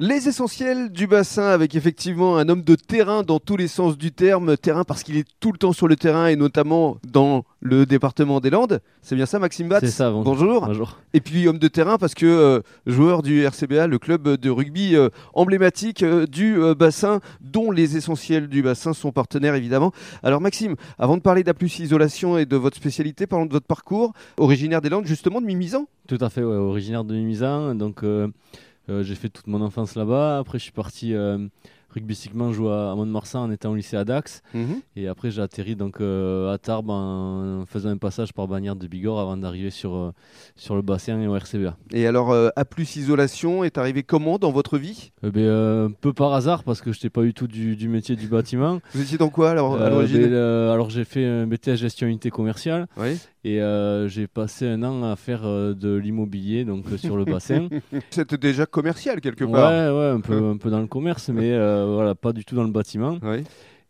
Les essentiels du bassin avec effectivement un homme de terrain dans tous les sens du terme, terrain parce qu'il est tout le temps sur le terrain et notamment dans le département des Landes. C'est bien ça Maxime Batz C'est ça, bon- Bonjour. Bonjour. Et puis homme de terrain parce que euh, joueur du RCBA, le club de rugby euh, emblématique euh, du euh, bassin, dont les essentiels du bassin sont partenaires évidemment. Alors Maxime, avant de parler d'Aplus Isolation et de votre spécialité, parlons de votre parcours, originaire des Landes justement de Mimizan. Tout à fait, ouais, originaire de Mimizan. Donc, euh, euh, j'ai fait toute mon enfance là-bas. Après, je suis parti euh, rugbystiquement jouer à, à Mont-de-Marsan en étant au lycée à Dax. Et après, j'ai atterri donc, euh, à Tarbes en faisant un passage par Bagnères de Bigorre avant d'arriver sur, euh, sur le bassin et au RCBA. Et alors euh, Aplus Isolation est arrivé comment dans votre vie Euh, ben, euh, un peu par hasard, parce que je n'étais pas du tout du, du métier du bâtiment. Vous étiez dans quoi alors Oh, à Euh, l'origine ben, euh, alors, j'ai fait un BTS gestion unité commerciale. Oui. Et euh, j'ai passé un an à faire euh, de l'immobilier donc euh, sur le bassin. C'était déjà commercial quelque ouais, part. ouais, un peu, un peu dans le commerce, mais euh, voilà, pas du tout dans le bâtiment. Oui.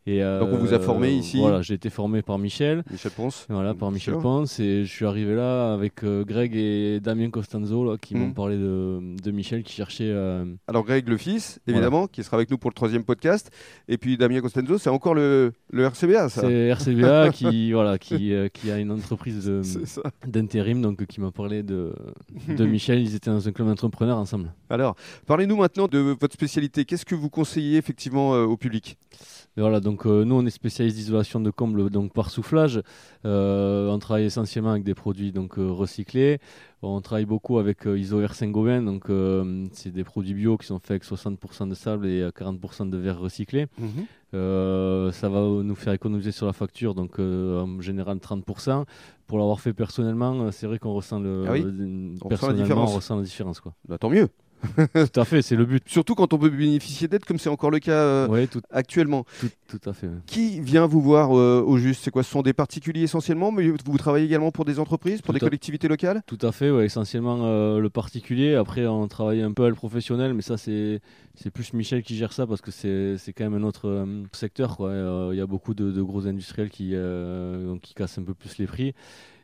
Et, euh, Donc, on vous a formé ici Voilà, j'ai été formé par Michel. Michel Ponce. Voilà, par Bien Michel sûr. Ponce. Et je suis arrivé là avec euh, Greg et Damien Costanzo là, qui Mhm. m'ont parlé de, de Michel qui cherchait. euh, Alors Greg le fils, évidemment, qui sera avec nous pour le troisième podcast. Et puis Damien Costanzo, c'est encore le, le RCBA, ça. c'est RCBA qui, voilà, qui, euh, qui a une entreprise de- C'est ça. d'intérim donc euh, qui m'a parlé de, de Michel. Ils étaient dans un club d'entrepreneurs ensemble. Alors, parlez-nous maintenant de votre spécialité. Qu'est-ce que vous conseillez effectivement euh, au public Et Voilà, donc euh, nous on est spécialiste d'isolation de comble donc par soufflage. Euh, on travaille essentiellement avec des produits donc euh, recyclés. On travaille beaucoup avec euh, Iso Air Saint-Gobain, donc euh, c'est des produits bio qui sont faits avec 60% de sable et euh, 40% de verre recyclé. Euh, ça va nous faire économiser sur la facture, donc euh, en général 30%. Pour l'avoir fait personnellement, euh, c'est vrai qu'on ressent le Ah oui le- On ressent la personnellement différence. on ressent la différence quoi. Bah, Tant mieux. tout à fait, c'est le but. Surtout quand on peut bénéficier d'aides, comme c'est encore le cas euh, Oui, tout, actuellement. tout, tout à fait. ouais. Qui vient vous voir euh, au juste C'est quoi Ce sont des particuliers essentiellement, mais vous travaillez également pour des entreprises, pour Tout des à- collectivités locales Tout à fait, ouais, essentiellement euh, le particulier. Après, on travaille un peu à le professionnel, mais ça, c'est c'est plus Michel qui gère ça parce que c'est c'est quand même un autre euh, secteur. quoi. Euh, Il y a beaucoup de, de gros industriels qui, euh, qui cassent un peu plus les prix.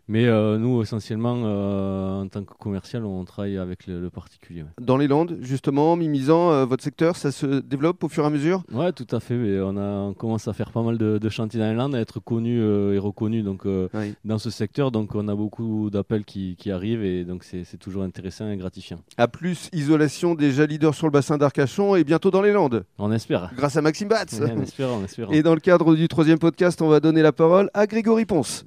Mais euh, nous, essentiellement, euh, en tant que commercial, on travaille avec le, le particulier. ouais. Dans les Landes, justement, Mimizan, euh, votre secteur, ça se développe au fur et à mesure Ouais. tout à fait. mais on, a, on commence à faire pas mal de, de chantiers dans les Landes, à être connu euh, et reconnu donc, euh, Oui. dans ce secteur. Donc, on a beaucoup d'appels qui, qui arrivent et donc c'est c'est toujours intéressant et gratifiant. A plus, isolation déjà leader sur le bassin d'Arcachon et bientôt dans les Landes, On espère. grâce à Maxime Batz. Ouais, on espère, on espère. Et dans le cadre du troisième podcast, on va donner la parole à Grégory Ponce.